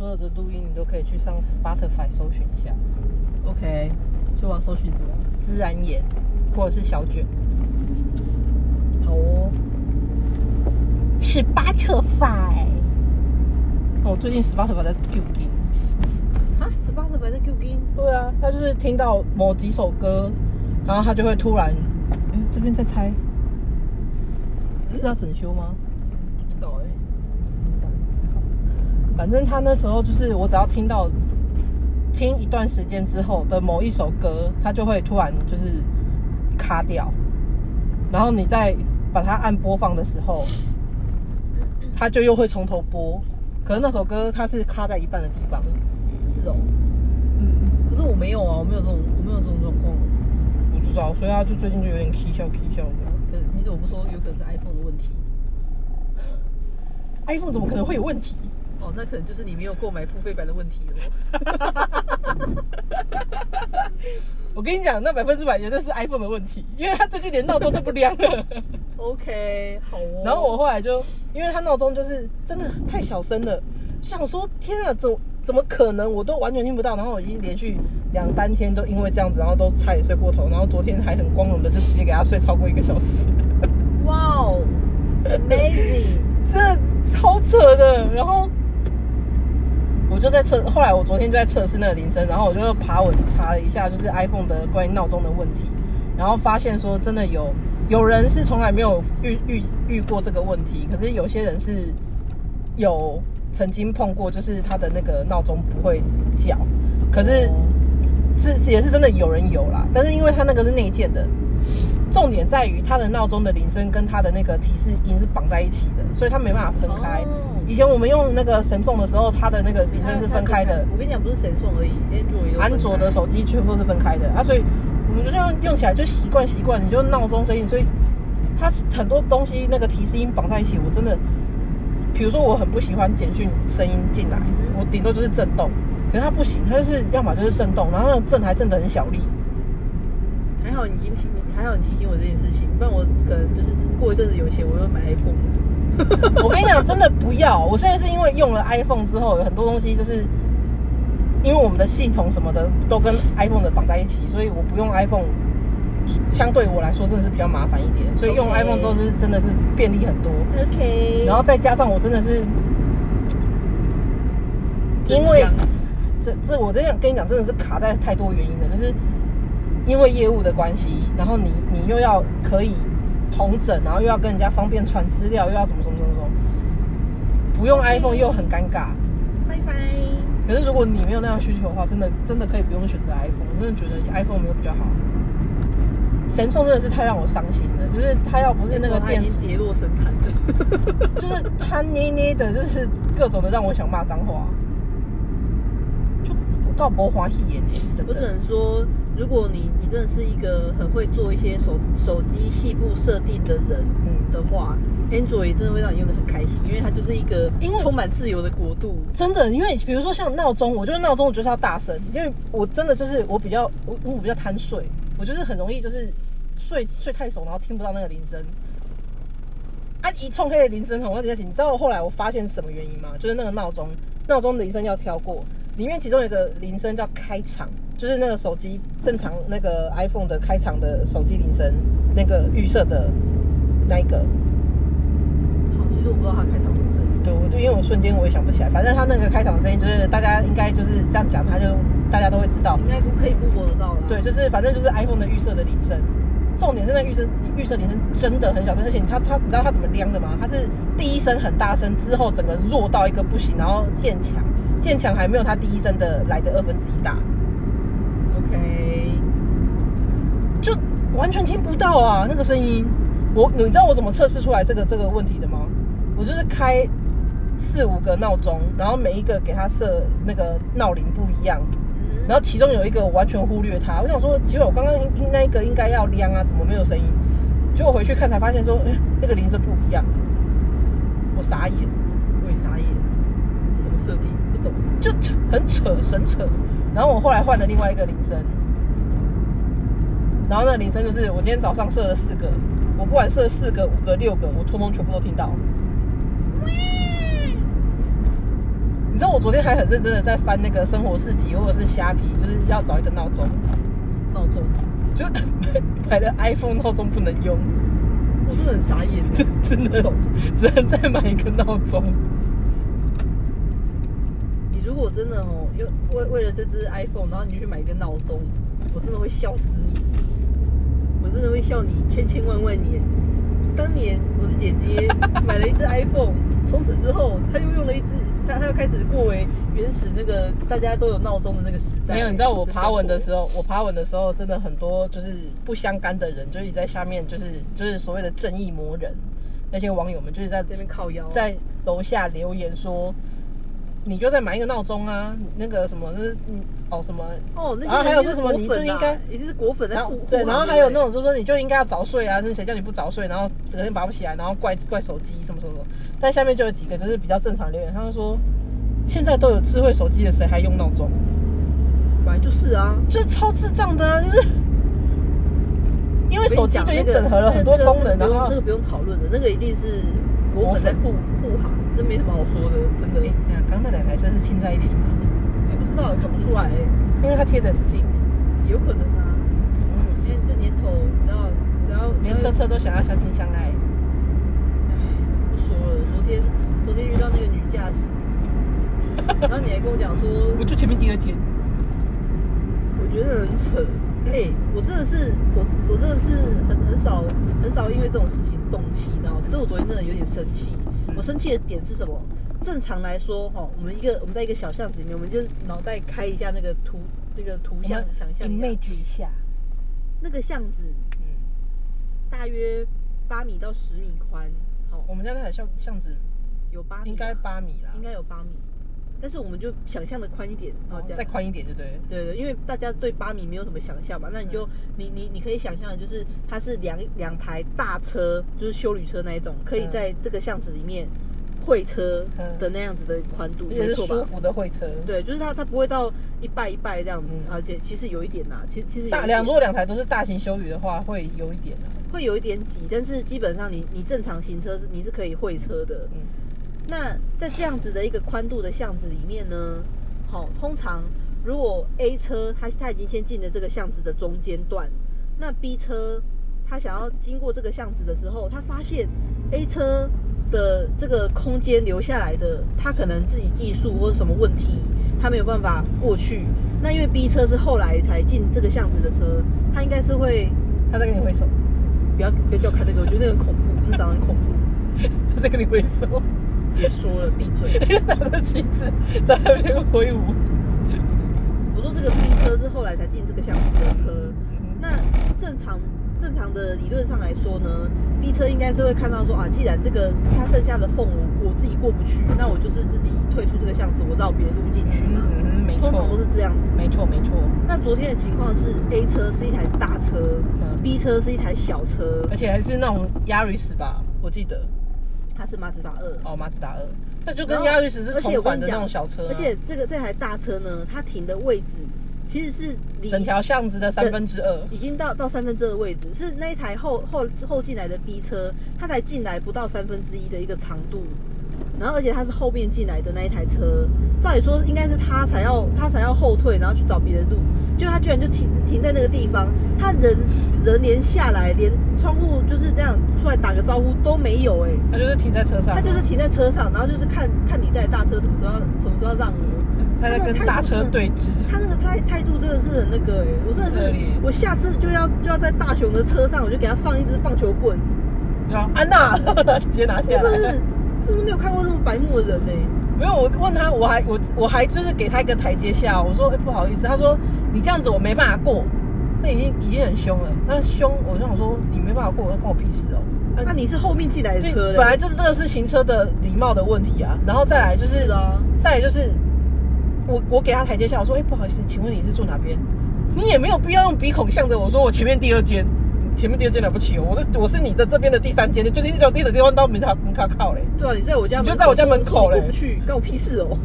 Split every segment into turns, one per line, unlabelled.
有的录音，你都可以去上 Spotify 搜寻一下
OK，就我要搜寻什么？
孜然盐或者是小卷，
好哦，
是 Spotify。哦我最近 Spotify 在 q 音。
啊，Spotify 在 QQ，
对啊，他就是听到某几首歌，然后他就会突然，哎，这边在猜，是要整修吗？
不知道哎、
反正他那时候就是，我只要听到听一段时间之后的某一首歌，他就会突然就是卡掉，然后你再把它按播放的时候，他就又会从头播。可是那首歌它是卡在一半的地方，
是哦，
嗯，
可是我没有啊，我没有这种，我没有这种状况。
不知道，所以他就最近就有点 k 笑 k 笑的。
可你怎么不说有可能是 iPhone 的问题？
iPhone 怎么可能会有问题？
哦，那可能就是你没有购买付费版的问题哦。
我跟你讲，那百分之百绝对是 iPhone 的问题，因为它最近连闹钟都不亮了。
OK，好哦。
然后我后来就，因为它闹钟就是真的太小声了，想说天啊，怎怎么可能？我都完全听不到。然后我已经连续两三天都因为这样子，然后都差点睡过头。然后昨天还很光荣的就直接给他睡超过一个小时，
哇哦，Amazing！
真的超扯的。然后我就在测，后来我昨天就在测试那个铃声，然后我就爬文查了一下，就是 iPhone 的关于闹钟的问题，然后发现说真的有有人是从来没有遇遇遇过这个问题，可是有些人是有曾经碰过，就是他的那个闹钟不会叫，可 是
哦
是也是真的有人有啦，但是因为它那个是内建的，重点在于它的闹钟的铃声跟它的那个提示音是绑在一起的，所以它没办法分开。
哦
以前我们用那个神送的时候，它的那个铃声是分开的，
我跟你讲，不是神送而已，安卓也有分开
安卓的手机全部都是分开的啊，所以我们就用用起来就习惯习惯，你就闹钟声音，所以它很多东西那个提示音绑在一起，我真的，比如说我很不喜欢简讯声音进来，我顶多就是震动，可是它不行，它就是要么就是震动，然后那个震还震得很小力，
还好你提醒，还好你提醒我这件事情，不然我可能就是过一阵子有钱，我又买 iPhone 了。
我跟你讲，真的不要。我现在是因为用了 iPhone 之后，有很多东西就是因为我们的系统什么的都跟 iPhone 的绑在一起，所以我不用 iPhone，相对我来说真的是比较麻烦一点。所以用
OK
iPhone 之后是真的是便利很多，
OK，
然后再加上我真的是
真
因为
香
这这我真的跟你讲，真的是卡在太多原因了，就是因为业务的关系，然后你你又要可以同整，然后又要跟人家方便传资料，又要什么什么什么什么，不用 iPhone 又很尴尬。
拜拜。
可是如果你没有那样需求的话，真的真的可以不用选择 iPhone，我真的觉得 iPhone 没有比较好。Samsung 真的是太让我伤心了，就是它要不是那个
哦它
电
已
池
经，跌落神坛了。
就是它捏捏的，就是各种的让我想骂脏话，就告博华戏眼耶，真的
我只能说，如果你你真的是一个很会做一些手手机细部设定的人
嗯
的话，Android 真的会让你用的很开心，因为它就是一个
因为
充满自由的国度。
真的，因为比如说像闹钟，我觉得闹钟我就是要大声，因为我真的就是我比较我我比较贪睡，我就是很容易就是睡睡太熟，然后听不到那个铃声。啊，一冲黑的铃声筒，而且你知道后来我发现是什么原因吗？就是那个闹钟，闹钟铃声要挑过，里面其中有一个铃声叫开场，就是那个手机正常那个 iPhone 的开场的手机铃声，那个预设的那一个，
好，其实我不知道它开场什么声音。
对，我就因为我瞬间我也想不起来，反正他那个开场声音就是大家应该就是这样讲，他就大家都会知道。
应该可以 Google 得到啦。
对，，就是反正就是 iPhone 的预设的铃声，重点是那预设预设铃声真的很小声，而且它它你知道它怎么亮的吗？它是第一声很大声，之后整个弱到一个不行，然后渐强，渐强还没有它第一声的来的二分之一大，
OK，
就完全听不到啊那个声音。我你知道我怎么测试出来这个这个问题的吗？我就是开四五个闹钟，然后每一个给它设那个闹铃不一样，
嗯
然后其中有一个我完全忽略它，我想说奇怪，我刚刚应那一个应该要亮啊，怎么没有声音？结果回去看才发现说，哎、那个铃声不一样，我傻眼，
我也傻眼，这什么设定？不懂。
就很扯，神扯。然后我后来换了另外一个铃声，然后那个铃声就是我今天早上设了四个，我不管设四个、五个、六个，我通通全部都听到。你知道我昨天还很认真的在翻那个生活市集或者是虾皮，就是要找一个闹钟，
闹钟，
就 买买了 iPhone 闹钟不能用，
我真的很傻眼。
真真的只能再买一个闹钟。
你如果真的哦，因为为为了这只 iPhone，然后你就去买一个闹钟，我真的会笑死你，我真的会笑你千千万万年。当年我的姐姐买了一只 iPhone，从此之后她又用了一只，她她又开始过为原始那个大家都有闹钟的那个时代。
没有，你知道我爬文的时
候，
候，我爬文的时候，真的很多就是不相干的人，就是一直在下面，就是就是所谓的正义魔人，那些网友们就是在
在那边靠腰，
在楼下留言说，你就再买一个闹钟啊，那个什么就是嗯哦什么，
哦，那些
然后还有说什么
一定是果粉
你是应该
啊一定是果粉在
然后
附
对，然后还有那。
附和你
种就说你就应该要早睡啊，是谁叫你不早睡，然后整天爬不起来，然后怪怪手机什么什么什么，但下面就有几个就是比较正常留言，他们说现在都有智慧手机了，谁还用闹钟？
本来就是啊，
就是超智障的啊，就是因为手
我跟你
机
讲
就已
那
经
个
整合了很多功能，
那
然
个那
后
个不用那个不用讨论的，那个一定是果粉在护护航，那没什么好说的，真的
哎。那刚刚那两台车是亲在一起吗？
也不知道，看不出来，
因为它贴得很近，
有可能啊。
嗯，
今天这年头，你知道，只要
连车车都想要相亲相爱，
不说了。昨天昨天遇到那个女 驾驶，然后你还跟我讲说，
就前面第二间，
我觉得很扯。
嗯
哎、我真的是我我真的是很很少很少因为这种事情动气，你知道吗？可是我昨天真的有点生气。
嗯
我生气的点是什么？正常来说，哈，我们一个我们在一个小巷子里面，我们就脑袋开一下那个图那个图
我
像
们，
想象一下
image 一下，
那个巷子
嗯，
大约八米到十米宽，好，
我们家那台巷巷子
有八米吧，
嗯应该八米啦，
应该有八米，但是我们就想象的宽一点，哦，这样
再。宽一点就对了，
对对，因为大家对八米没有什么想象嘛，那你就、你你你可以想象的就是它是两两台大车，就是修旅车那一种，可以
嗯
在这个巷子里面会车
嗯
的那样子的宽度，
而且
没
嗯是
错
舒
吧？
服的会车，
对，就是它它不会到一拜一拜这样子，
嗯
而且其实有一点呐、其实其实有一
大
点
两如果两台都是大型修旅的话，会有一点啊，
会有一点挤，但是基本上你你正常行车是你是可以会车的。
嗯
那在这样子的一个宽度的巷子里面呢，好，通常如果 A 车它它已经先进了这个巷子的中间段，那 B 车它想要经过这个巷子的时候，它发现 A 车的这个空间留下来的，它可能自己技术或者什么问题，它没有办法过去。那因为 B 车是后来才进这个巷子的车，它应该是会
他在跟你挥手，
不要不要叫我看那个，我觉得那个很恐怖，那长得很恐怖。
他在跟你挥手，
别说了，闭嘴。
拿着旗子在那边挥舞，
我说这个 B 车是后来才进这个巷子的车，
嗯
那正常正常的理论上来说呢，B 车应该是会看到说啊，既然这个它剩下的缝我我自己过不去，那我就是自己退出这个巷子，我绕别的路进去嘛。
嗯，没
通常都
错
是，这样子。
没错，没错，
那昨天的情况是，A 车是一台大车
嗯
，B 车是一台小车
而，且还是那种 Yaris 吧，我记得
它是马自达二。
哦，马自达二，那就跟
然后
Yaris 是
而且
同
我
款
跟
的
你
那
讲
种小车啊、
而且这个这台大车呢，它停的位置其实是离
整条巷子的三分之二，
已经到到三分之二的位置，是那一台后后后进来的 B 车，它才进来不到三分之一的一个长度，然后而且它是后面进来的那一台车，照理说应该是它才要它才要后退，然后去找别的路，就它居然就停停在那个地方，它人人连下来连窗户就是这样出来打个招呼都没有哎、
它就是停在车上，
它就是停在车上，然后就是看看你这台大车什么时候要什么时候要让我。
它在跟大车对峙，
他那个态态度真的是很那个、欸，我真的
恶
是
劣，
我下次就要就要在大雄的车上，我就给他放一只棒球棍，
然后安 娜直接拿
我
下
真的
来
是。真是没有看过这么白目的人欸呢、
没有，我问他，我还我我还就是给他一个台阶下，我说、哎不好意思，他说你这样子我没办法过，那已经已经很凶了，那凶我就想说你没办法过，关我屁事哦。
那、你是后面进来的
对
车嘞，
本来就是这个是行车的礼貌的问题啊，然后再来就是
是啊，
再来就是，我我给他台阶下，我说，哎、不好意思，请问你是住哪边？你也没有必要用鼻孔向着我说我前面第二间，前面第二间了不起哦，我的我是你的这边的第三间，就是一条地的地方到门卡门卡靠嘞。
对啊，你在我家门口，
你就在我家门口嘞
过不去，关我屁事哦、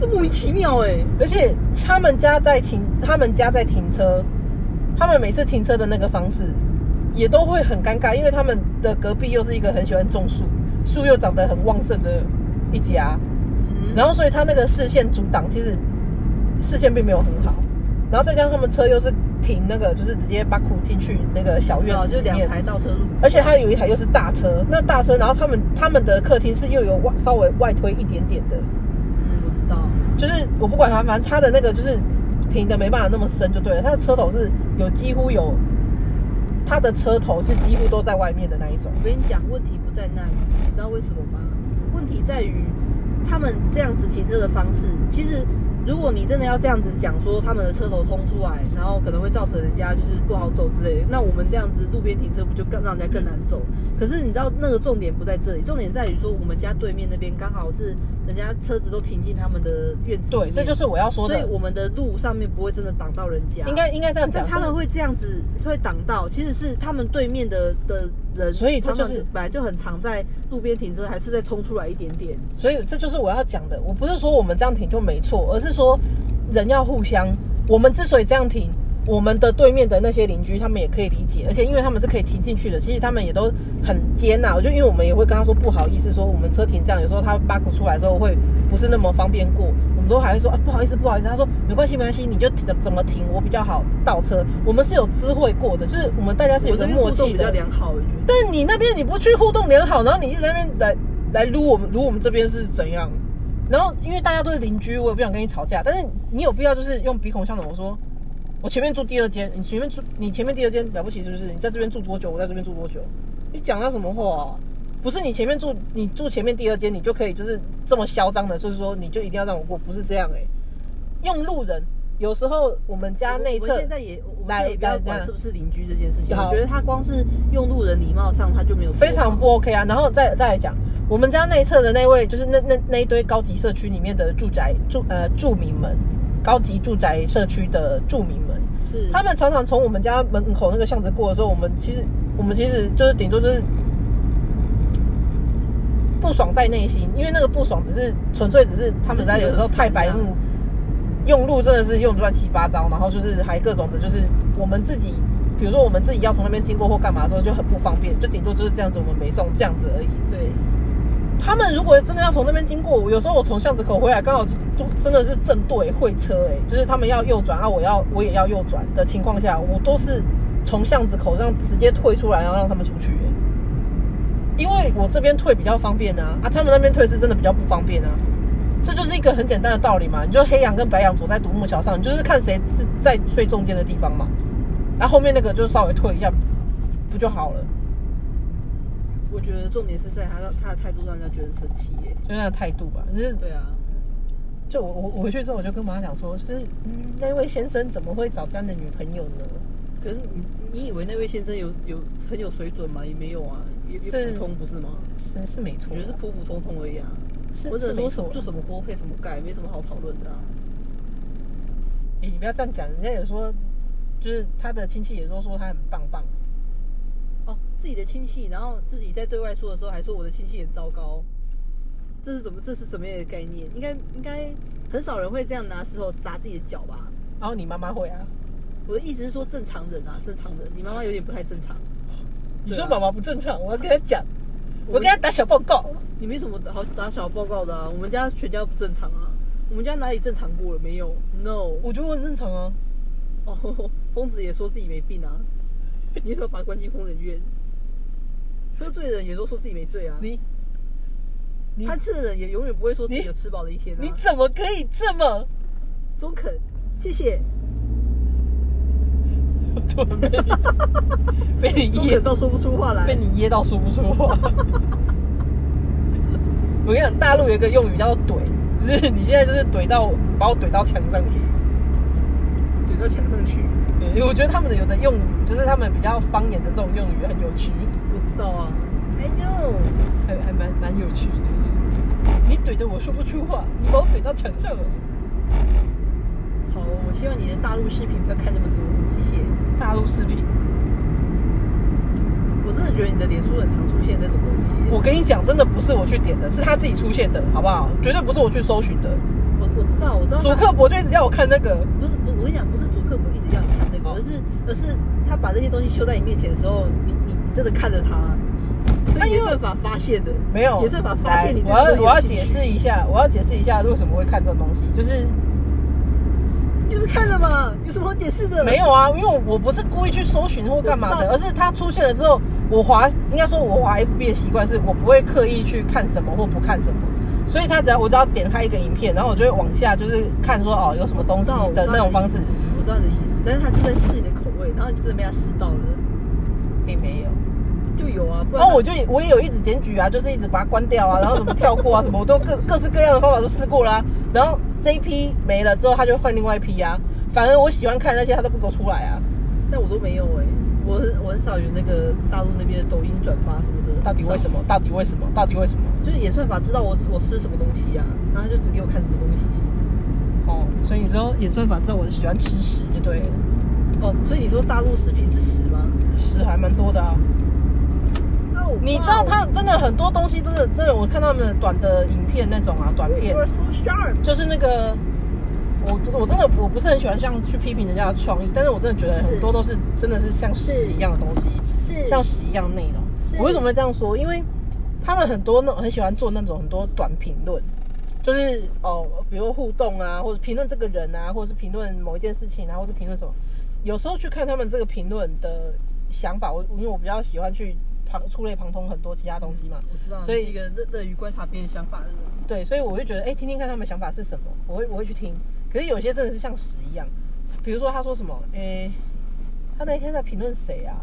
这莫名其妙哎、
而且他们家在停，他们家在停车，他们每次停车的那个方式也都会很尴尬，因为他们的隔壁又是一个很喜欢种树，树又长得很旺盛的一家，
嗯
然后所以它那个视线阻挡其实视线并没有很好，然后再加上他们车又是停那个就是直接把苦进去那个小院
哦，
子
就
里
两
面，
台倒车入库，
而且它有一台又是大车，那大车然后他们他们的客厅是又有外稍微外推一点点的，
嗯，我知道，
就是我不管它，反正它的那个就是停的没办法那么深就对了，它的车头是有几乎有。它的车头是几乎都在外面的那一种，
我跟你讲，问题不在那里，你知道为什么吗？问题在于他们这样子停车的方式。其实，如果你真的要这样子讲说他们的车头通出来，然后可能会造成人家就是不好走之类的，那我们这样子路边停车不就更让人家更难走？可是你知道那个重点不在这里，重点在于说我们家对面那边刚好是人家车子都停进他们的院子里
对，
面
这就是我要说
所
的
以。我们的路上面不会真的挡到人家，
应该应该这样
但
讲，
他们会这样子会挡到，其实是他们对面的的人，
所以这就是
常常本来就很常在路边停车，还是再通出来一点点。
所以这就是我要讲的。我不是说我们这样停就没错，而是说人要互相。我们之所以这样停，我们的对面的那些邻居他们也可以理解，而且因为他们是可以停进去的，其实他们也都很接纳。我就因为我们也会跟他说不好意思，说我们车停这样，有时候他八股出来的时候会不是那么方便过，我们都还会说啊不好意思不好意思。他说没关系没关系，你就怎怎么停我比较好倒车。我们是有知会过的，就是我们大家是有一
我
个
这边
默
互动
契
比较
的。
良好，我觉得。
但你那边你不去互动良好，然后你一直在那边来来撸我们撸我们这边是怎样？然后因为大家都是邻居，我也不想跟你吵架，但是你有必要就是用鼻孔相等。我说我前面住第二间，你前面住你前面第二间了不起是不是？你在这边住多久？我在这边住多久？你讲那什么话、啊？不是你前面住你住前面第二间，你就可以就是这么嚣张的，就是说你就一定要让我过，不是这样哎、用路人有时候我们家内
我
侧
们现在也，我
来
们也不要
来来
管是不是邻居这件事情。
好
我觉得他光是用路人礼貌上，他就没有做
非常不
好。
OK 啊。然后再再来讲，我们家内侧的那位，就是那那那一堆高级社区里面的住宅住呃住民们，高级住宅社区的住民们，
是
他们常常从我们家门口那个巷子过的时候，我们其实我们其实就是顶多就是不爽在内心，因为那个不爽只是纯粹只是他们家有时候太白目，用路真的是用得乱七八糟，然后就是还各种的，就是我们自己，比如说我们自己要从那边经过或干嘛的时候就很不方便，就顶多就是这样子，我们没送这样子而已。
对，
他们如果真的要从那边经过，我有时候我从巷子口回来，刚好就真的是正对会车、欸，就是他们要右转啊，我要我也要右转的情况下，我都是从巷子口这样直接退出来，然后让他们出去、欸因为我这边退比较方便啊，啊，他们那边退是真的比较不方便啊，这就是一个很简单的道理嘛，你就黑羊跟白羊走在独木桥上，你就是看谁是在最中间的地方嘛，然、后后面那个就稍微退一下，不就好了？
我觉得重点是在他的他的态度让人家觉得生气耶。
就那个态度吧，就是
对啊，
就我我我回去之后，我就跟妈讲说，就是嗯，那位先生怎么会找这样的女朋友呢？
可是你你以为那位先生有有很有水准吗？也没有啊，也也
是
普通不是吗？
是是没
我
错
觉得是
啊，
普普通通而已啊。
是
我只
是
能
没
说什
错
么
啊。
就什么锅配什么盖，没什么好讨论的啊。
诶你不要这样讲，人家有说，就是他的亲戚也都说他很棒棒。
哦，自己的亲戚，然后自己在对外说的时候还说我的亲戚很糟糕，这是怎么这是什么样的概念？应该应该很少人会这样拿石头砸自己的脚吧？
然后你妈妈会啊？
我的意思是说正常人啊，正常人，你妈妈有点不太正常，
你
对
说
啊
妈妈不正常，我要跟她讲，
我
我跟她打小报告。
你没什么好打小报告的啊。我们家全家不正常啊，我们家哪里正常过了没有？No，
我觉得我很正常啊，
哦， 疯子也说自己没病啊，你说把关进疯人院，喝醉的人也都说自己没醉啊，
你你
贪吃的人也永远不会说自己有吃饱的一天啊。
你怎么可以这 么？
中肯，谢谢。
我突然被你 被 你
中
噎
肯到说不出话
被
来。
你噎到说不出话。 我跟你讲，大陆有一个用语叫做“怼”，就是你现在就是怼到把我怼到墙上去。
嘴到墙上去，
对，我觉得他们的有的用语，就是他们比较方言的这种用语很有趣，
我知道啊。I know，
还还蛮蛮有趣的。你怼的我说不出话，你把我怼到墙上了。
好，我希望你的大陆视频不要看那么多，谢谢。
大陆视频，
我真的觉得你的脸书很常出现那种东西。
我跟你讲，真的不是我去点的，是他自己出现的，好不好？绝对不是我去搜寻的。
我我知道，我知道
主
他。
客博就一直要我看那个，
不是不是，我跟你讲，不是主客不一直要你看那个，
哦
而是而是他把这些东西秀在你面前的时候，你你你真的看着他，所以
因为
演算法发现的，
没有，
演算法发现你对
来我
这个
要我要
有兴趣
解释一下，我要解释一下为什么会看这种东西，就是
就是看了嘛，有什么好解释的？
没有啊，因为我不是故意去搜寻或干嘛的，
我
而是它出现了之后，我滑，应该说我滑 FB 的习惯是我不会刻意去看什么或不看什么，所以它只要我只要点开一个影片，然后我就会往下就是看说哦有什么东西
我知道
的那种方式，，
我知道你的意思，但是他就在试你的口味，然后你就真的被他试到了，
并没有。
就有啊，不
然
然
后哦我就我也有一直检举啊，就是一直把它关掉啊，然后怎么跳过啊，什么我都各各式各样的方法都试过啦、然后这一批没了之后，他就换另外一批啊。反而我喜欢看那些，他都不给我出来啊。
但我都没有哎、我很我很少有那个大陆那边的抖音转发什么的，
到底为什
么？
么？到底为什么？到底为什么？
就是演算法知道我我吃什么东西啊，然后他就只给我看什么东西。
哦，所以你说演算法知道我是喜欢吃屎就对了，
哦，所以你说大陆视频是屎吗？
屎还蛮多的啊。
哦
你知道他真的很多东西都是真的，我看他们的短的影片那种啊，短片
You are so sharp。
就是那个。我我真的我不是很喜欢这样去批评人家的创意，但是我真的觉得很多都是真的是像屎一样的东西。
是
像屎一样内容。
是
我为什么会这样说？因为他们很多那种很喜欢做那种很多短评论，就是哦，比如互动啊，或者评论这个人啊，或者是评论某一件事情啊，或者评论什么。有时候去看他们这个评论的想法，我因为我比较喜欢去旁触类旁通很多其他东西嘛，
我知道，
所
所
以
以一个乐乐于观察别人想法的人。
对，所以我会觉得，哎，听听看他们想法是什么，我会我会去听。可是有些真的是像屎一样，比如说他说什么，哎，他那天在评论谁啊？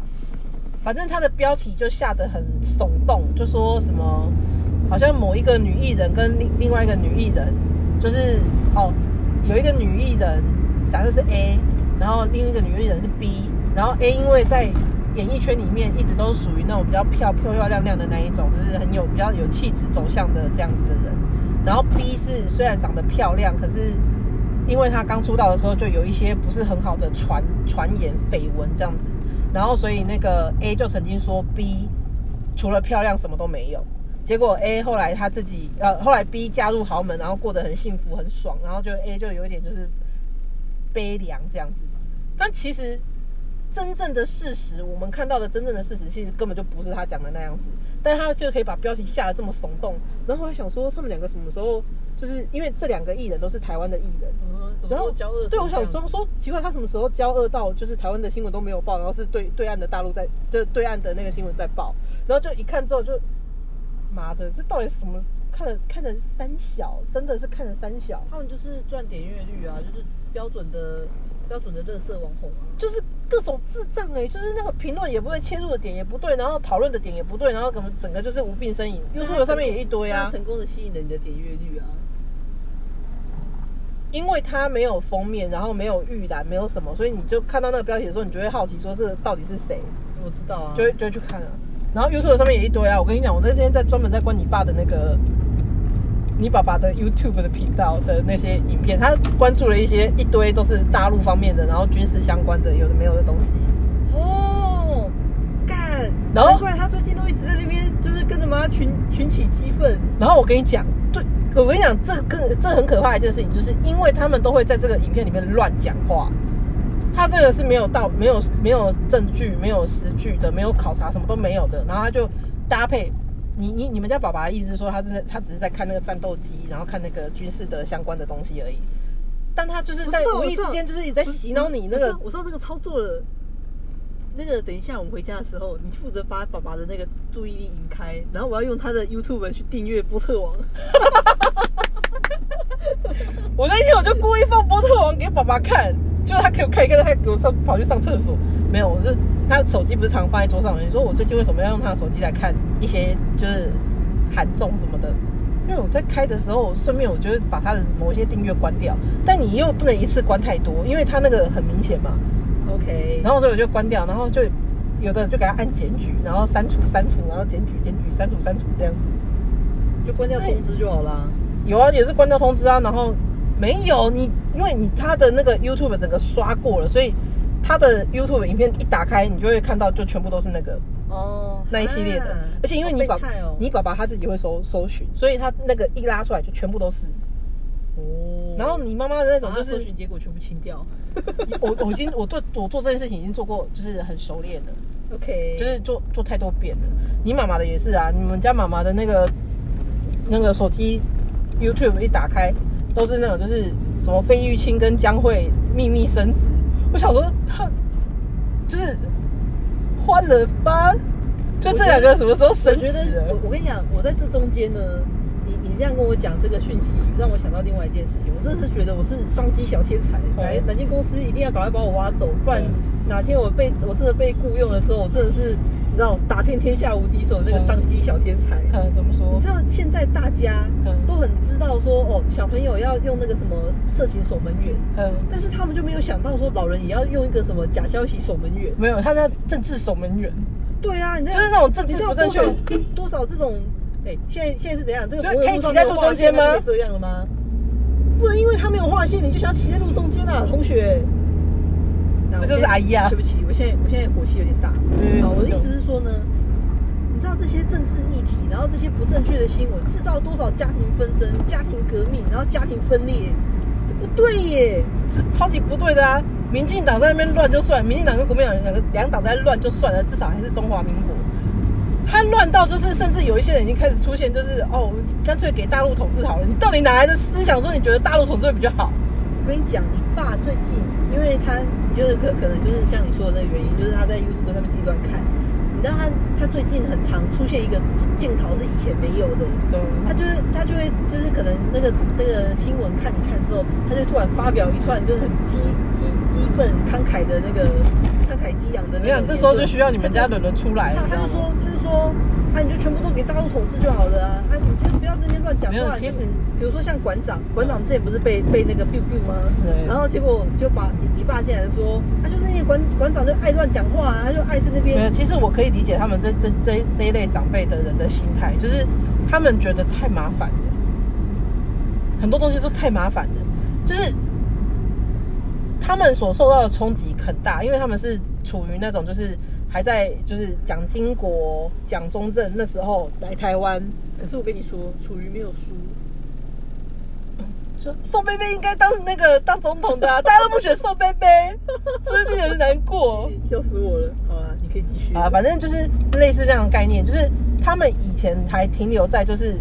反正他的标题就下得很耸动，就说什么好像某一个女艺人跟另另外一个女艺人，就是哦，有一个女艺人假设是 A，然后另一个女艺人是 B，然后 A 因为在演艺圈里面一直都属于那种比较漂漂漂亮亮的那一种，就是很有比较有气质走向的这样子的人，然后 B 是虽然长得漂亮，可是因为他刚出道的时候就有一些不是很好的传传言、绯闻这样子，然后所以那个 A 就曾经说 B 除了漂亮什么都没有。结果 A 后来他自己呃，后来 B 加入豪门，然后过得很幸福很爽，然后就 A 就有一点就是悲凉这样子。但其实真正的事实，我们看到的真正的事实，其实根本就不是他讲的那样子。但他就可以把标题下的这么耸动，然后我想说他们两个什么时候，就是因为这两个艺人都是台湾的艺人，
嗯，怎么
然后
说交恶？
对，我想说，说奇怪，他什么时候交恶到就是台湾的新闻都没有报，然后是对对岸的大陆在对对岸的那个新闻在报，然后就一看之后就，妈的，这到底什么？看了看了三小，真的是看了三小，
他们就是赚点阅率啊，就是标准的标准的乐色网红啊。
就是各种智障哎、就是那个评论也不对，切入的点也不对，然后讨论的点也不对，然后怎么整个就是无病呻吟。
但
YouTube
他
上面也一堆
但
啊
他，成功的吸引了你的点阅率啊。
因为它没有封面，然后没有预览，没有什么，所以你就看到那个标题的时候，你就会好奇说这到底是谁。
我知道啊，
就会就会去看了。然后 YouTube 上面也一堆啊，我跟你讲，我那天在专门在关你爸的那个，你爸爸的 YouTube 的频道的那些影片，他关注了一些一堆都是大陆方面的，然后军事相关的有的没有的东西。
哦，干，
然后
难怪他最近都一直在那边，就是跟着妈群群起激愤。
然后我跟你讲，对，我跟你讲，这更这很可怕的一件事情，就是因为他们都会在这个影片里面乱讲话，他这个是没有到没有没有证据、没有实据的，没有考察，什么都没有的，然后他就搭配。你你你们家爸爸的意思是说他是在他只是在看那个战斗机，然后看那个军事的相关的东西而已，但他就是在
不是
无
我
意
知
之
道
间就是一直在洗脑你那
我知
个
道，我知道那个操作了。那个等一下我们回家的时候，你负责把爸爸的那个注意力引开，然后我要用他的 YouTube 去订阅波特王。
我那天我就故意放波特王给爸爸看，结果他给我看一看，他给我上跑去上厕所。没有，我是他手机不是常放在桌上吗？你说我最近为什么要用他的手机来看一些就是韩综什么的？因为我在开的时候，顺便我就会把他的某些订阅关掉，但你又不能一次关太多，因为他那个很明显嘛。
OK，
然后所以我就关掉，然后就有的就给他按检举，然后删除删除，然后检举检举删除删除这样子。
就关掉通知就好啦。
有啊，也是关掉通知啊，然后没有你，因为你他的那个 YouTube 整个刷过了，所以他的 YouTube 影片一打开，你就会看到就全部都是那个
哦，
那一系列的，
啊
而且因为你爸、
好变态哦
你爸爸他自己会搜搜寻，所以他那个一拉出来就全部都是。
哦，
然后你妈妈的那种
把
就
他啊搜
是
寻结果全部清掉。
我我已经我对我做这件事情已经做过，就是很熟练了，
OK，
就是做做太多遍了。你妈妈的也是啊，你们家妈妈的那个那个手机 YouTube 一打开，都是那种就是什么费玉清跟江蕙秘密生子，我想说他就是换了吧，就这两个什么时候
我
生子啊
觉得
了
我？我跟你讲，我在这中间呢，你你这样跟我讲这个讯息，让我想到另外一件事情。我真的是觉得我是商机小天才，
嗯
来哪间公司一定要赶快把我挖走，不然
嗯
哪天我被我真的被雇佣了之后，我真的是你知道打遍天下无敌手的那个
嗯
商机小天才。
嗯，怎么说
你知？道现在大家
嗯
都很知道说哦，小朋友要用那个什么色情守门员，
嗯，
但是他们就没有想到说老人也要用一个什么假消息守门员。
没有，他们要政治守门员，
对啊，你知
就
道
是那种政
你
治
知道
不正
多
确。
少多少这种？哎、现在现在是怎样？这个
就是
不会
可以骑在路中间吗
这样了吗？不能因为他没有划线，你就想骑在路中间啊，同学。那我
这就是
现在
阿姨啊
对不起，我现在我现在火气有点大。
对
好，我
知
的意
道
思是说呢，你知道这些政治议题，然后这些不正确的新闻，制造多少家庭纷争、家庭革命，然后家庭分裂，这不对耶。
超级不对的啊！民进党在那边乱就算，民进党跟国民党两个两党在乱就算了，至少还是中华民国。他乱到就是，甚至有一些人已经开始出现，就是哦，干脆给大陆统治好了。你到底哪来的思想说你觉得大陆统治会比较好？
我跟你讲，你爸最近，因为他就是可可能就是像你说的那个原因，就是他在 YouTube 上面自己乱看。你知道他他最近很常出现一个镜头是以前没有的，
对，
他就是他就会就是可能那个那个新闻看一看之后，他就突然发表一串就是很激激激愤、慷慨的那个慷慨激昂的
我跟
那个
你
言
讲，
论。
这时候就需要你们家伦伦出来了
他，
你
他
知道吗
就说他就说，啊，你就全部都给大陆统治就好了啊，啊，你就不要这边乱讲
没有
话。
其实
就比如说像馆长，馆长之前不是被被那个 biu biu 吗？
对
然后结果就把你你爸竟然说，啊，就是那个馆馆长就爱乱讲话、啊，他就爱在那
没有，
边。
其实我可以理解他们这这这这一类长辈的人的心态，就是他们觉得太麻烦了，很多东西都太麻烦了，就是他们所受到的冲击很大，因为他们是处于那种就是还在就是蒋经国、蒋中正那时候来台湾，
可是我跟你说，楚瑜没有输，
说宋贝贝应该当那个当总统的、啊，大家都不选宋贝 贝，真的很难过。
笑死我了。好啦，你可以继续
啊，反正就是类似这样的概念，就是他们以前还停留在就是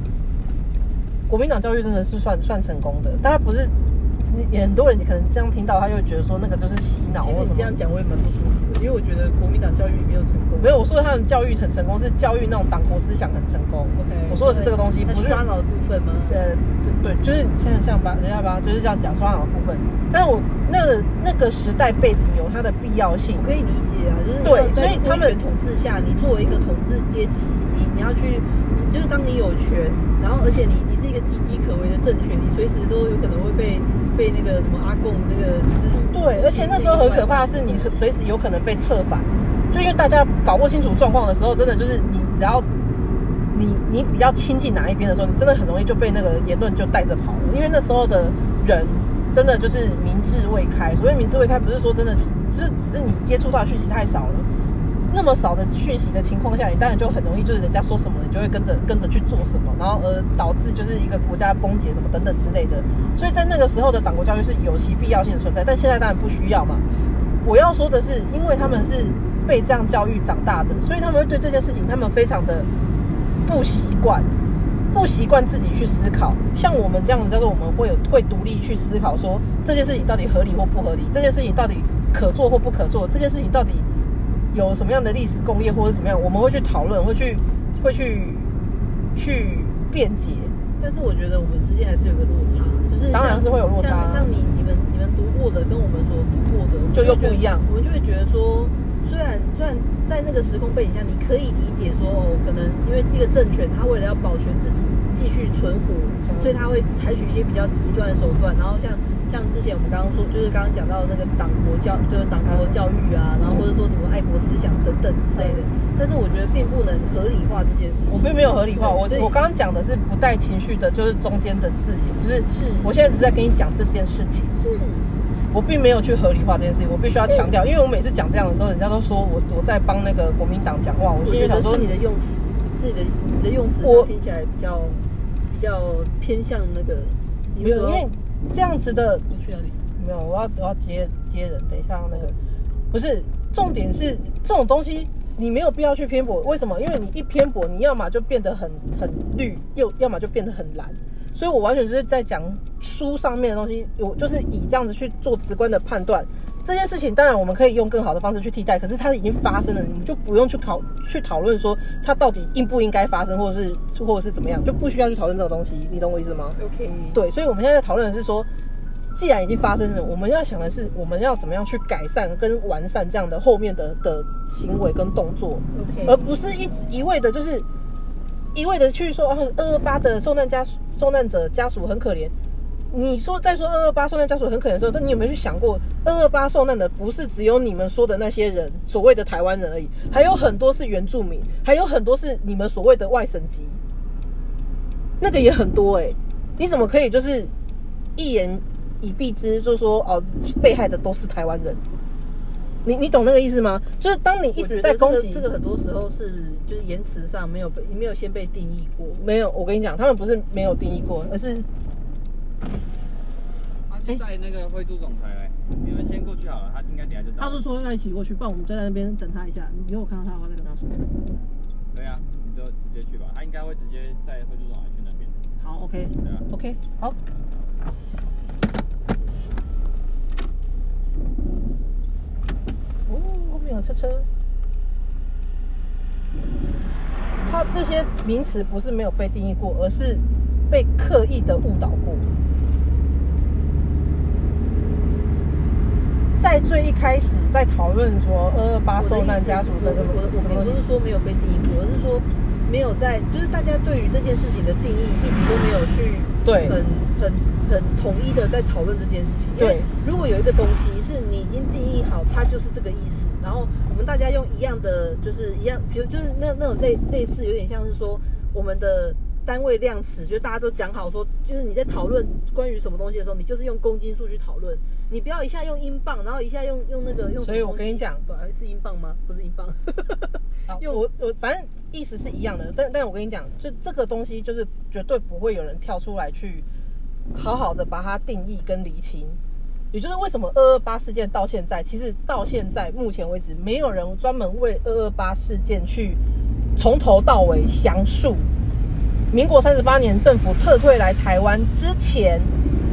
国民党教育真的是算算成功的，但他不是你很多人可能这样听到，他就会觉得说那个就是洗脑
其实
或
你
什
这样
么。
讲我也蛮不舒服的，因为我觉得国民党教育没有成功。
没有，我说他们教育很成功，是教育那种党国思想很成功。
OK，
我说的是这个东西，
那
不是
刷脑的部分吗？
呃，对对，就是像像吧，人家吧，就是这样讲刷脑的部分。但是我那个那个时代背景有它的必要性
我，可以理解啊，就是
对
要
所
在
以他们
威权统治下，你作为一个统治阶级，你你要去，你就是当你有权，然后而且你你是一个岌岌可危的政权，你随时都有可能会被被那个什么阿贡那个就是
对，而且那时候很可怕的是，你是随时有可能被策反，就因为大家搞不清楚状况的时候，真的就是你只要你你比较亲近哪一边的时候，你真的很容易就被那个言论就带着跑了，因为那时候的人真的就是明智未开。所谓明智未开，不是说真的就是只是你接触到的讯息太少了。那么少的讯息的情况下，你当然就很容易就是人家说什么，你就会跟着跟着去做什么，然后而导致就是一个国家崩解什么等等之类的。所以在那个时候的党国教育是有其必要性的存在，但现在当然不需要嘛。我要说的是，因为他们是被这样教育长大的，所以他们会对这件事情他们非常的不习惯，不习惯自己去思考。像我们这样子，就是我们会有会独立去思考说这件事情到底合理或不合理，这件事情到底可做或不可做，这件事情到底有什么样的历史工业或者怎么样，我们会去讨论，会去会去去辩解。
但是我觉得我们之间还是有个落差，就是像
当然是会有落差啊
像像你你们你们读过的跟我们所读过的
就又不
我们会觉得
一样
我们就会觉得说，虽然虽然在那个时空背景下，你可以理解说，哦，可能因为一个政权，他为了要保全自己继续存活，
嗯
所以他会采取一些比较极端的手段。然后像像之前我们刚刚说，就是刚刚讲到的那个党国教，就是党国教育
嗯
啊，然后或者说什么爱国思想等等之类的。但是我觉得并不能合理化这件事情。
我并没有合理化，我
对
我刚刚讲的是不带情绪的，就是中间的字眼，就是
是
我现在只是在跟你讲这件事情，
是
我并没有去合理化这件事情，我必须要强调，因为我每次讲这样的时候，人家都说我我在帮那个国民党讲话，我
我
心
觉
里
得
想说
是你的用词，是你的你的用词
我
上听起来比较比较偏向那个，
没有，因为这样子的
你去哪里？
没有，我要我要接接人，等一下那个不是重点是这种东西你没有必要去偏颇，为什么？因为你一偏颇，你要么就变得很很绿，又要么就变得很蓝。所以我完全就是在讲书上面的东西，我就是以这样子去做直观的判断。这件事情当然我们可以用更好的方式去替代，可是它已经发生了，你们就不用去考去讨论说它到底应不应该发生，或者是或者是怎么样，就不需要去讨论这种东西，你懂我意思吗？
OK，
对，所以我们现在在讨论的是说，既然已经发生了，我们要想的是我们要怎么样去改善跟完善这样的后面的的行为跟动作，
OK，
而不是一直一味的就是一味的去说哦二二八的受难家属受难者家属很可怜。你说在说二二八受难家属很可怜的时候，但你有没有去想过，二二八受难的不是只有你们说的那些人，所谓的台湾人而已，还有很多是原住民，还有很多是你们所谓的外省籍，那个也很多哎、你怎么可以就是一言以蔽之，就说哦，被害的都是台湾人？你你懂那个意思吗？就是当你一
我觉
直
得
在攻
这个
击
这个很多时候是就是言辞上没有被没有先被定义过。
没有，我跟你讲，他们不是没有定义过，而是
他就在那个惠珠总裁嘞，你们先过去好了，他应该等一下就到。
他是说要一起过去，不然我们站在那边等他一下。你如果看到他的话，再跟他说。
对啊，你就直接去吧，他应该会直接在惠珠总裁去那边，
好，OK，
对啊。
OK，好。哦，后面有车车。它这些名词不是没有被定义过，而是被刻意的误导过。在最一开始，在讨论说呃二二八
我的
受
意
难
思
家属
我
的什
的
么
我的
什么嗯
我
东西
不是说没有被定义过，而是说没有在就是大家对于这件事情的定义一直都没有去
对
很很很统一的在讨论这件事情。因为
对
如果有一个东西是你已经定义好，它就是这个意思，然后我们大家用一样的就是一样，比如就是那那种类类似有点像是说我们的。单位量词，就大家都讲好说，就是你在讨论关于什么东西的时候，你就是用公斤数去讨论，你不要一下用英镑，然后一下用用那个用什么东西。
所以我跟你讲
不是英镑吗？不是英镑。
好
因为
我我反正意思是一样的，但但我跟你讲，就这个东西就是绝对不会有人跳出来去好好的把它定义跟厘清。也就是为什么二二八事件到现在，其实到现在目前为止，没有人专门为二二八事件去从头到尾详述。民国三十八年政府撤退来台湾之前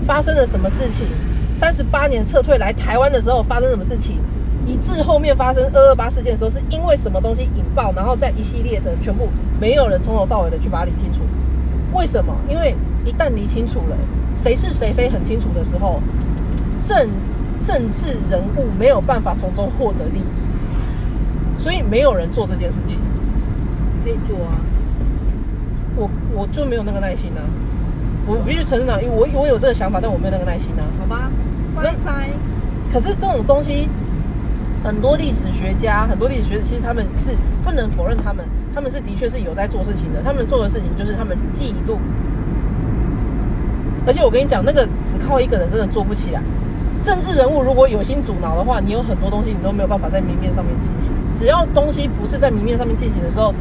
发生了什么事情？三十八年撤退来台湾的时候发生什么事情？以致后面发生二二八事件的时候，是因为什么东西引爆，然后再一系列的全部没有人从头到尾的去把它理清楚。为什么？因为一旦理清楚了，谁是谁非很清楚的时候，政政治人物没有办法从中获得利益，所以没有人做这件事情。
可以做啊。
我我就没有那个耐心啊！我必须承认啊，因为我我有这个想法，但我没有那个耐心啊。
好吧，fine fine，
可是这种东西，很多历史学家、很多历史学者，其实他们是不能否认他们，他们是的确是有在做事情的。他们做的事情就是他们记录，而且我跟你讲，那个只靠一个人真的做不起来。啊政治人物如果有心阻挠的话，你有很多东西你都没有办法在明面上面进行。只要东西不是在明面上面进行的时候，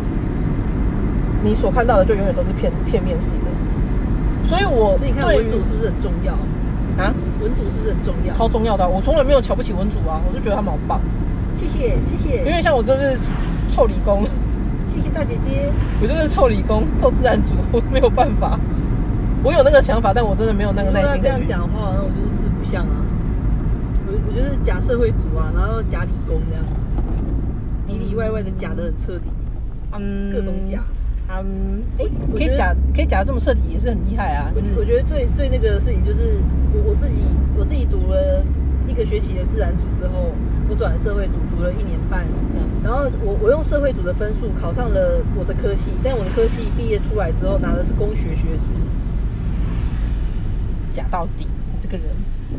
你所看到的就永远都是片片面式的。所以我
所以你看
对
文
于
组是不是很重要？
啊
文组是不是很重要？
超重要的啊、我从来没有瞧不起文主啊，我就觉得他们好棒。
谢谢谢
因
谢
为像我就是臭理工，
谢谢大姐姐。
我就是臭理工、臭自然组， 我没有办法。我有那个想法，但我真的没有那个
如果
耐
要
心
这
跟
样。讲的话，那我就是四不像啊。我我就是假社会主啊，然后假理工这样，里里外外的假的很彻底，
嗯
各种假。。
嗯，哎、
我
可
觉
以
得
假，可以假得这么彻底，也是很厉害啊。
我
就是
我觉得最最那个的事情就是我我自己我自己读了一个学期的自然组之后，我转社会组读了一年半，
嗯
然后我我用社会组的分数考上了我的科系，但我的科系毕业出来之后拿的是工学学士，
假到底，你这个人。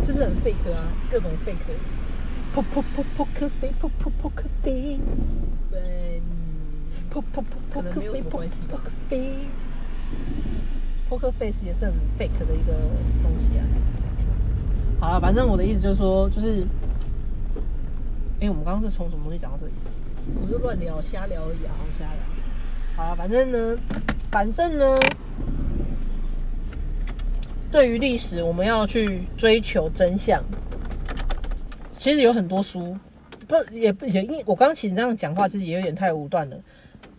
就是很 fake 啊，各种 fake。
噗噗噗噗可飞，噗噗噗可飞，
嗯，
噗噗噗噗
可能
可
没有
飞，
什么
噗
关系
噗
吧
可飞。Poker face 也是很 fake 的一个东西啊。好了，反正我的意思就是说，就是，哎、我们刚刚是从什么东西讲到这里？
我就乱聊瞎聊而已啊，瞎聊。
好了，反正呢，反正呢，对于历史，我们要去追求真相。其实有很多书，不也不也因我刚刚其实这样讲话，其实也有点太武断了。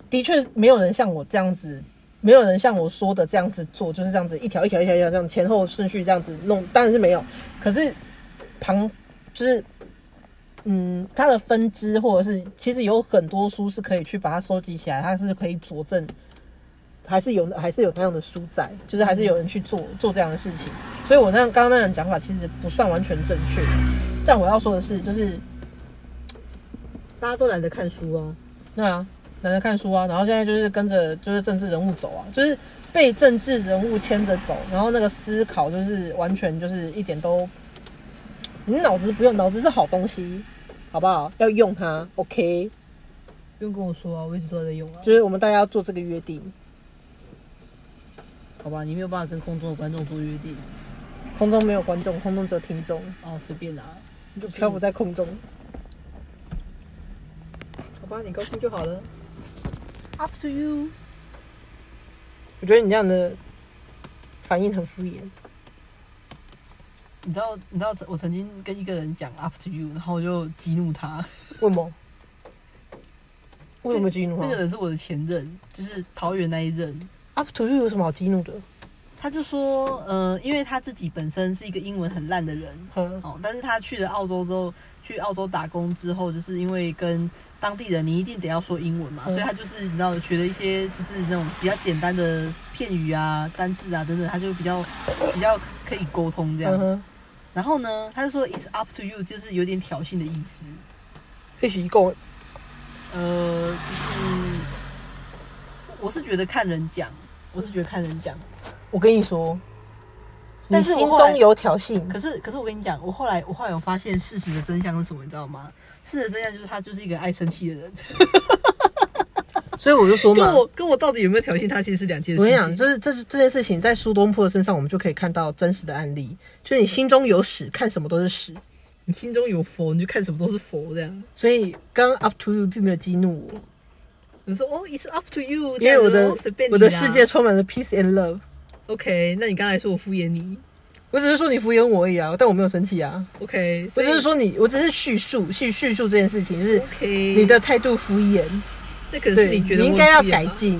的确，没有人像我这样子，没有人像我说的这样子做，就是这样子一条一条一条一条这样前后顺序这样子弄，当然是没有。可是旁就是。嗯，它的分支或者是其实有很多书是可以去把它收集起来，它是可以佐证还是有还是有那样的书在，就是还是有人去做做这样的事情。所以我那样刚刚那样讲法其实不算完全正确，但我要说的是，就是
大家都懒得看书啊。
对啊，懒得看书啊，然后现在就是跟着就是政治人物走啊，就是被政治人物牵着走，然后那个思考就是完全就是一点都，你脑子不用，脑子是好东西，好不好？要用它，OK，
不用跟我说啊，我一直都在用啊。
就是我们大家要做这个约定。
好吧，你没有办法跟空中的观众做约定
空中没有观众，空中只有听众，
哦，随便啦、
你就漂浮在空中。
好吧，你高兴就好了。Up to you。
我觉得你这样的反应很敷衍。
你知道，你知道我曾经跟一个人讲 up to you，然后我就激怒他。
为什么？为什么激怒
那个
啊
人是我的前任，就是桃园那一任。
？Up to you 啊有什么好激怒的？
他就说，呃，因为他自己本身是一个英文很烂的人，
嗯，
哦，但是他去了澳洲之后，去澳洲打工之后，就是因为跟当地人，你一定得要说英文嘛，
嗯
所以他就是你知道学了一些就是那种比较简单的片语啊、单字啊等等，他就比较比较可以沟通这样。
嗯哼，
然后呢，他就说 "It's up to you"，就是有点挑衅的意思。
一起共
呃，就是我是觉得看人讲，我是觉得看人讲。
我跟你说，
但是
你
我
心
后来
中有挑衅，
可是，可是我跟你讲，我后来我后来有发现事实的真相是什么，你知道吗？事实的真相就是他就是一个爱生气的人。
所以我就说
跟我跟我到底有没有挑衅他，其实是两件
我
事
跟你
情。
讲，就是这是这件事情在苏东坡的身上，我们就可以看到真实的案例。就是你心中有屎，看什么都是屎。
你心中有佛，你就看什么都是佛这样。
所以刚刚 up to you 并没有激怒我，
你说哦，it's up to you，
因为我的
这样子哦随便你啦
我的世界。充满了 peace and love。
OK，那你刚才说我敷衍你
我只是说你敷衍我而已啊，但我没有生气啊。
，OK，
我
所以
只是说你，我只是叙述，叙叙述这件事情，就是
OK，
你的态度敷衍，
那可能是
对，
你觉得我
应该要
敷衍吧
改，进。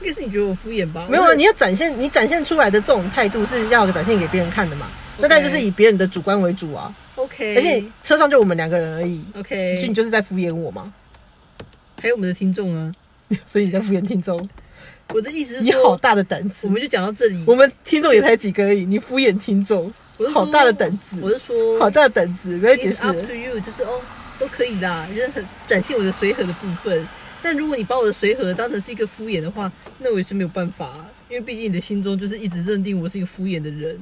应该是你觉得我敷衍吧？
没有啊，
我
你要展现你展现出来的这种态度是要展现给别人看的嘛。那当然就是以别人的主观为主啊，
OK，
而且车上就我们两个人而已，所以你
OK，
就是在敷衍我嘛，
还有我们的听众啊，
所以你在敷衍听众。
我的意思是
你好
说，
大的胆
我
子，
们就讲到这里。
我们听众也才几个而已，你敷衍听众，
我是说
好大的胆子
我是说，
好大的胆子，不要解
It's
释
up
了。
to you，就是哦，都可以啦，就是很展现我的随和的部分。但如果你把我的随和当成是一个敷衍的话，那我也是没有办法啊，因为毕竟你的心中就是一直认定我是一个敷衍的人。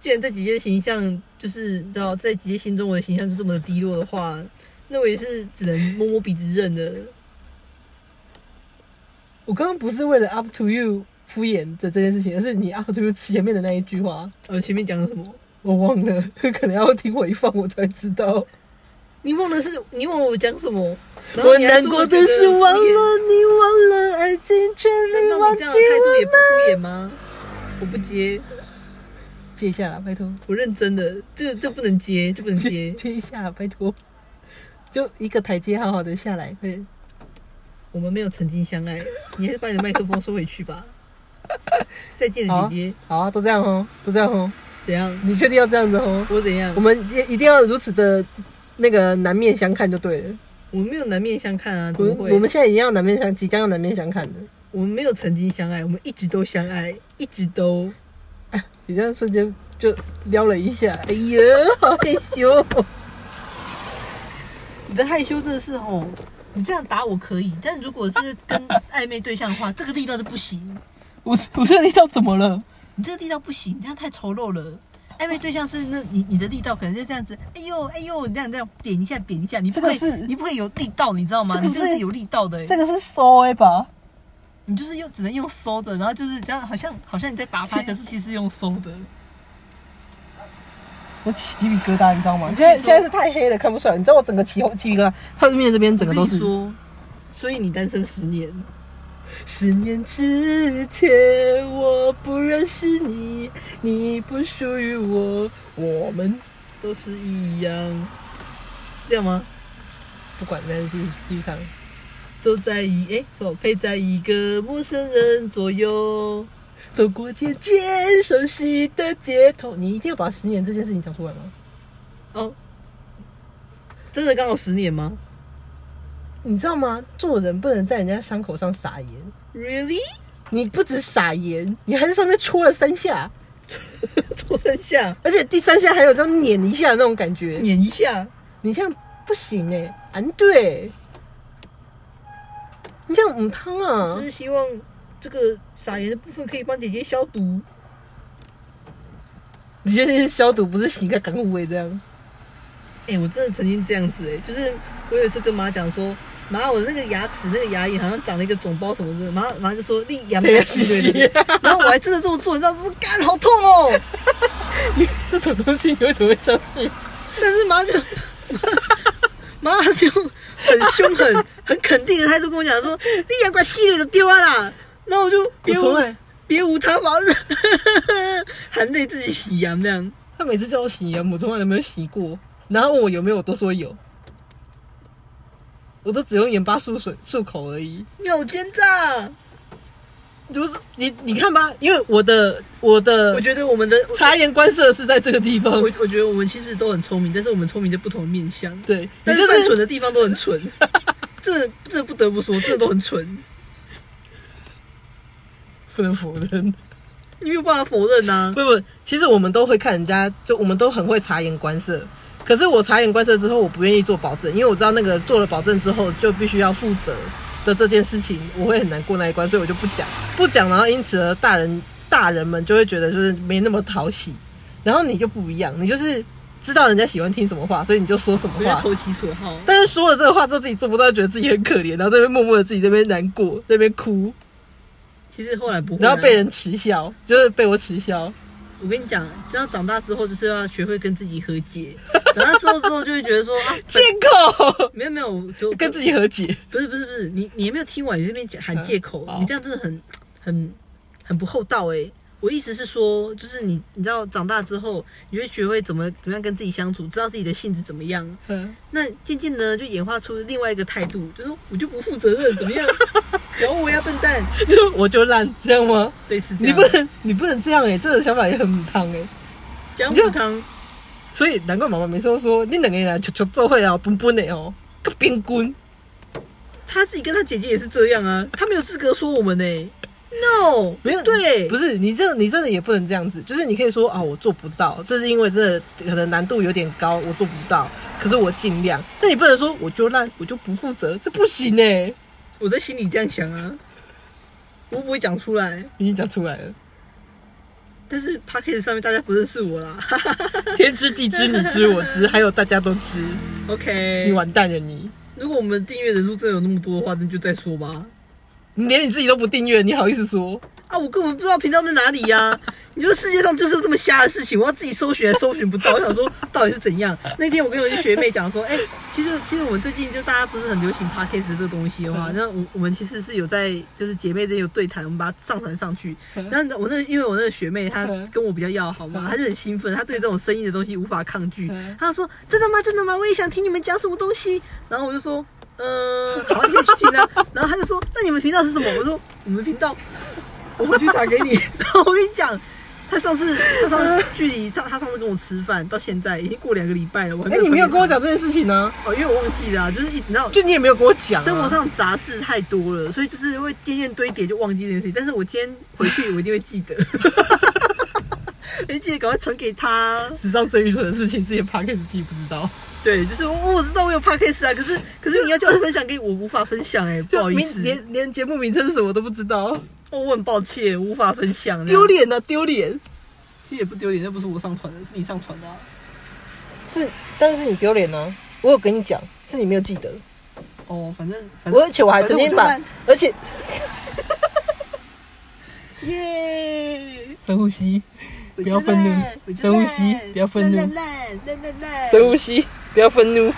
既然在姐姐的形象就是你知道，在姐姐心中我的形象就这么的低落的话，那我也是只能摸摸鼻子认了。
我刚刚不是为了 up to you 敷衍的这件事情，而是你 up to you 前面的那一句话，
我哦前面讲了什么？
我忘了，可能要听回放我才知道。
你忘了是？你忘了我讲什么？然后
我
你还
难
说
过
觉
的
得
是
敷衍
忘了你，忘了爱情，全力
难道
忘
你
记
这样的态度也
我们。
不敷衍吗？我不接。
接一下啦，拜托，
我认真的，这这不能接，这不能接。
接一下啦，拜托，就一个台阶好好的下来。对，
我们没有曾经相爱，你还是把你的麦克风收回去吧。再见了，姐姐。
好啊，都这样哦，都这样哦，
怎样？
你确定要这样子哦？
我怎样
我？们也一定要如此的那个南面相看就对了。
我没有南面相看啊，怎
我
么会？
我们现在一定要南面相，即将要南面相看的。
我们没有曾经相爱，我们一直都相爱，一直都。
你这样瞬间就撩了一下，哎呀，好害羞哦。
你的害羞真的是吼，你这样打我可以，但如果是跟暧昧对象的话，这个力道就不行。
我我这力道怎么了？
你这个力道不行，你这样太丑陋了。暧昧对象是那你你的力道可能是这样子，哎呦哎呦，这样这样点一下点一下，你不可以
这个是
你不可以有力道，你知道吗？
这个是
你这个是有力道的、欸，
个是收哎吧？
你就是用只能用收的，然后就是这样，好像好像你在打
其
他，
实
可是其实用收的。
我起鸡皮疙瘩，你知道吗？现在现在是太黑了，看不出来。你知道我整个起鸡皮疙瘩，后面这边整个
我
都
跟你
是。
说，所以你单身十年，
十年之前，我不认识你，你不属于我，我们都是一样，是这样吗？不管，但是继续继续唱。走在一哎，什么？陪在一个陌生人左右，走过渐渐熟悉的街头。你一定要把十年这件事情讲出来吗？
哦，真的刚好十年吗
你知道吗？做人不能在人家伤口上撒盐。
？Really？
你不止撒盐，你还在上面戳了三 下，
做三下，
而且第三下还有这样碾一下的那种感觉。
演一下，
你这样不行哎、安对，你这样母汤啊
只，是希望这个撒盐的部分可以帮姐姐消毒。
你觉得这是消毒不是洗个港股尾这样？
哎、我真的曾经这样子哎、就是我有一次跟妈讲说，妈，我那个牙齿那个牙龈好像长了一个肿包什么的，妈妈就说你牙
对
没
啊
洗
洗
对 对对然后我还真的这么做，你知道，就是干好痛哦。
这种东西你为什么会相 信？
但是妈就妈妈就很凶狠、很肯定的态度跟我讲说，你牙管细了就丢啊啦。然后我就别无
我从来
别无他法， 含泪自己洗牙那样。
他每次叫我洗啊盐，我从来都没有洗过，然后问我有没有，我都说有，我都只用盐巴漱水漱口而已。
你好奸诈！
就是你你看吧，因为我的我的
我觉得我们的
察言观色是在这个地方
我，我觉得我们其实都很聪明，但是我们聪明的不同面相。
对，
但
你
是
就
犯蠢
是
的地方都很蠢， 这这不得不说，这都很蠢，
不能否认。
你没有办法否认啊呐、
不不，其实我们都会看人家，就我们都很会察言观色。可是我察言观色之后，我不愿意做保证，因为我知道那个做了保证之后就必须要负责的这件事情，我会很难过那一关，所以我就不讲，不讲，然后因此而大人大人们就会觉得就是没那么讨喜，然后你就不一样，你就是知道人家喜欢听什么话，所以你就说什么
人家
话。
投其所好。
但是说了这个话之后，自己做不到，觉得自己很可怜，然后在那边默默的自己在那边难过，在那边哭，
其实后来不会、啊
然后被。人耻笑，就是被我耻笑。
我跟你讲，只要长大之后，就是要学会跟自己和解。长大之后之后，就会觉得说啊，
借口
没有没有，就
跟自己和 解。
不是不是不是，你你也没有听完，你这边讲喊借口，
嗯好
你这样真的很很很不厚道哎、我意思是说，就是你你知道长大之后，你会学会怎么怎么样跟自己相处，知道自己的性子怎么样。
嗯，
那渐渐呢，就演化出另外一个态度，就是我就不负责任，怎 么样？然后我要笨蛋，
我就烂，这样吗？
类似这
你
样。
不能，你不能这样哎、欸，这种想法也很母汤哎、
讲母汤，
所以难怪妈妈每次都说你两个人来球球做会啊，蹦蹦的哦，个冰棍。
他自己跟他姐姐也是这样啊，他没有资格说我们呢、No，
没有
对，
不
是
是你这你真的也不能这样子，就是你可以说啊，我做不到，这是因为真的可能难度有点高，我做不到，可是我尽量。那你不能说我就烂，我就不负责，这不行哎、
我在心里这样想啊，我不会讲出来，
已经讲出来 了，
但是 p a c k a g e 上面大家不认识我啦。 哈哈哈
天知地知你知我知，还有大家都知，你
OK，
完蛋了你，
如果我们订阅人数真的有那么多的话，那就再说吧。
你连你自己都不订阅，你好意思说？
啊，我根本不知道频道在哪里呀、你说世界上就是有这么瞎的事情，我要自己搜寻还搜寻不到，我想说到底是怎样？那天我跟我一学妹讲说，哎、其实其实我们最近就大家不是很流行 podcast 这个东西的话，
嗯
那我我们其实是有在就是姐妹之间有对谈，我们把它上传上去。
嗯
然后我那因为我那个学妹她
嗯
跟我比较要好嘛，她就很兴奋，她对这种声音的东西无法抗拒
嗯，
她就说真的吗？真的吗？我也想听你们讲什么东西。然后我就说。嗯，好，你可以去听啊。然后她就说：“那你们频道是什么？”我说：“我们频道我回去查给你。然 后我跟你讲，他上次他上次距离上他上次跟我吃饭到现在已经过两个礼拜了，我还
哎、
没有。
你没有跟我讲这件事情呢、
哦，因为我忘记了啊、就是一你知道。
就你也没有跟我讲、啊，
生活上杂事太多了，所以就是会渐渐堆叠，就忘记这件事情。但是我今天回去，我一定会记得， 哎，记得赶快传给他。
史上最愚蠢的事情，自己 p o d c a s 自己不知道，
对，就是我我知道我有 podcast 啊，可是可是你要叫我分享给我，我无法分享哎、不
就
好意思
名，连连节目名称是什么都不知道，
哦我很抱歉，无法分享，
丢。脸啊，丢脸！
其实也不丢脸，那不是我上传的，是你上传的、啊。
是，但是你丢脸呢？我有跟你讲，是你没有记得，
哦，反正反
我
正
而且我还曾经把
反正我就，
而且
烂耶，
深呼吸，不要愤怒
我就烂
深呼吸不要愤怒
烂烂烂烂烂烂
深呼吸，不要愤怒，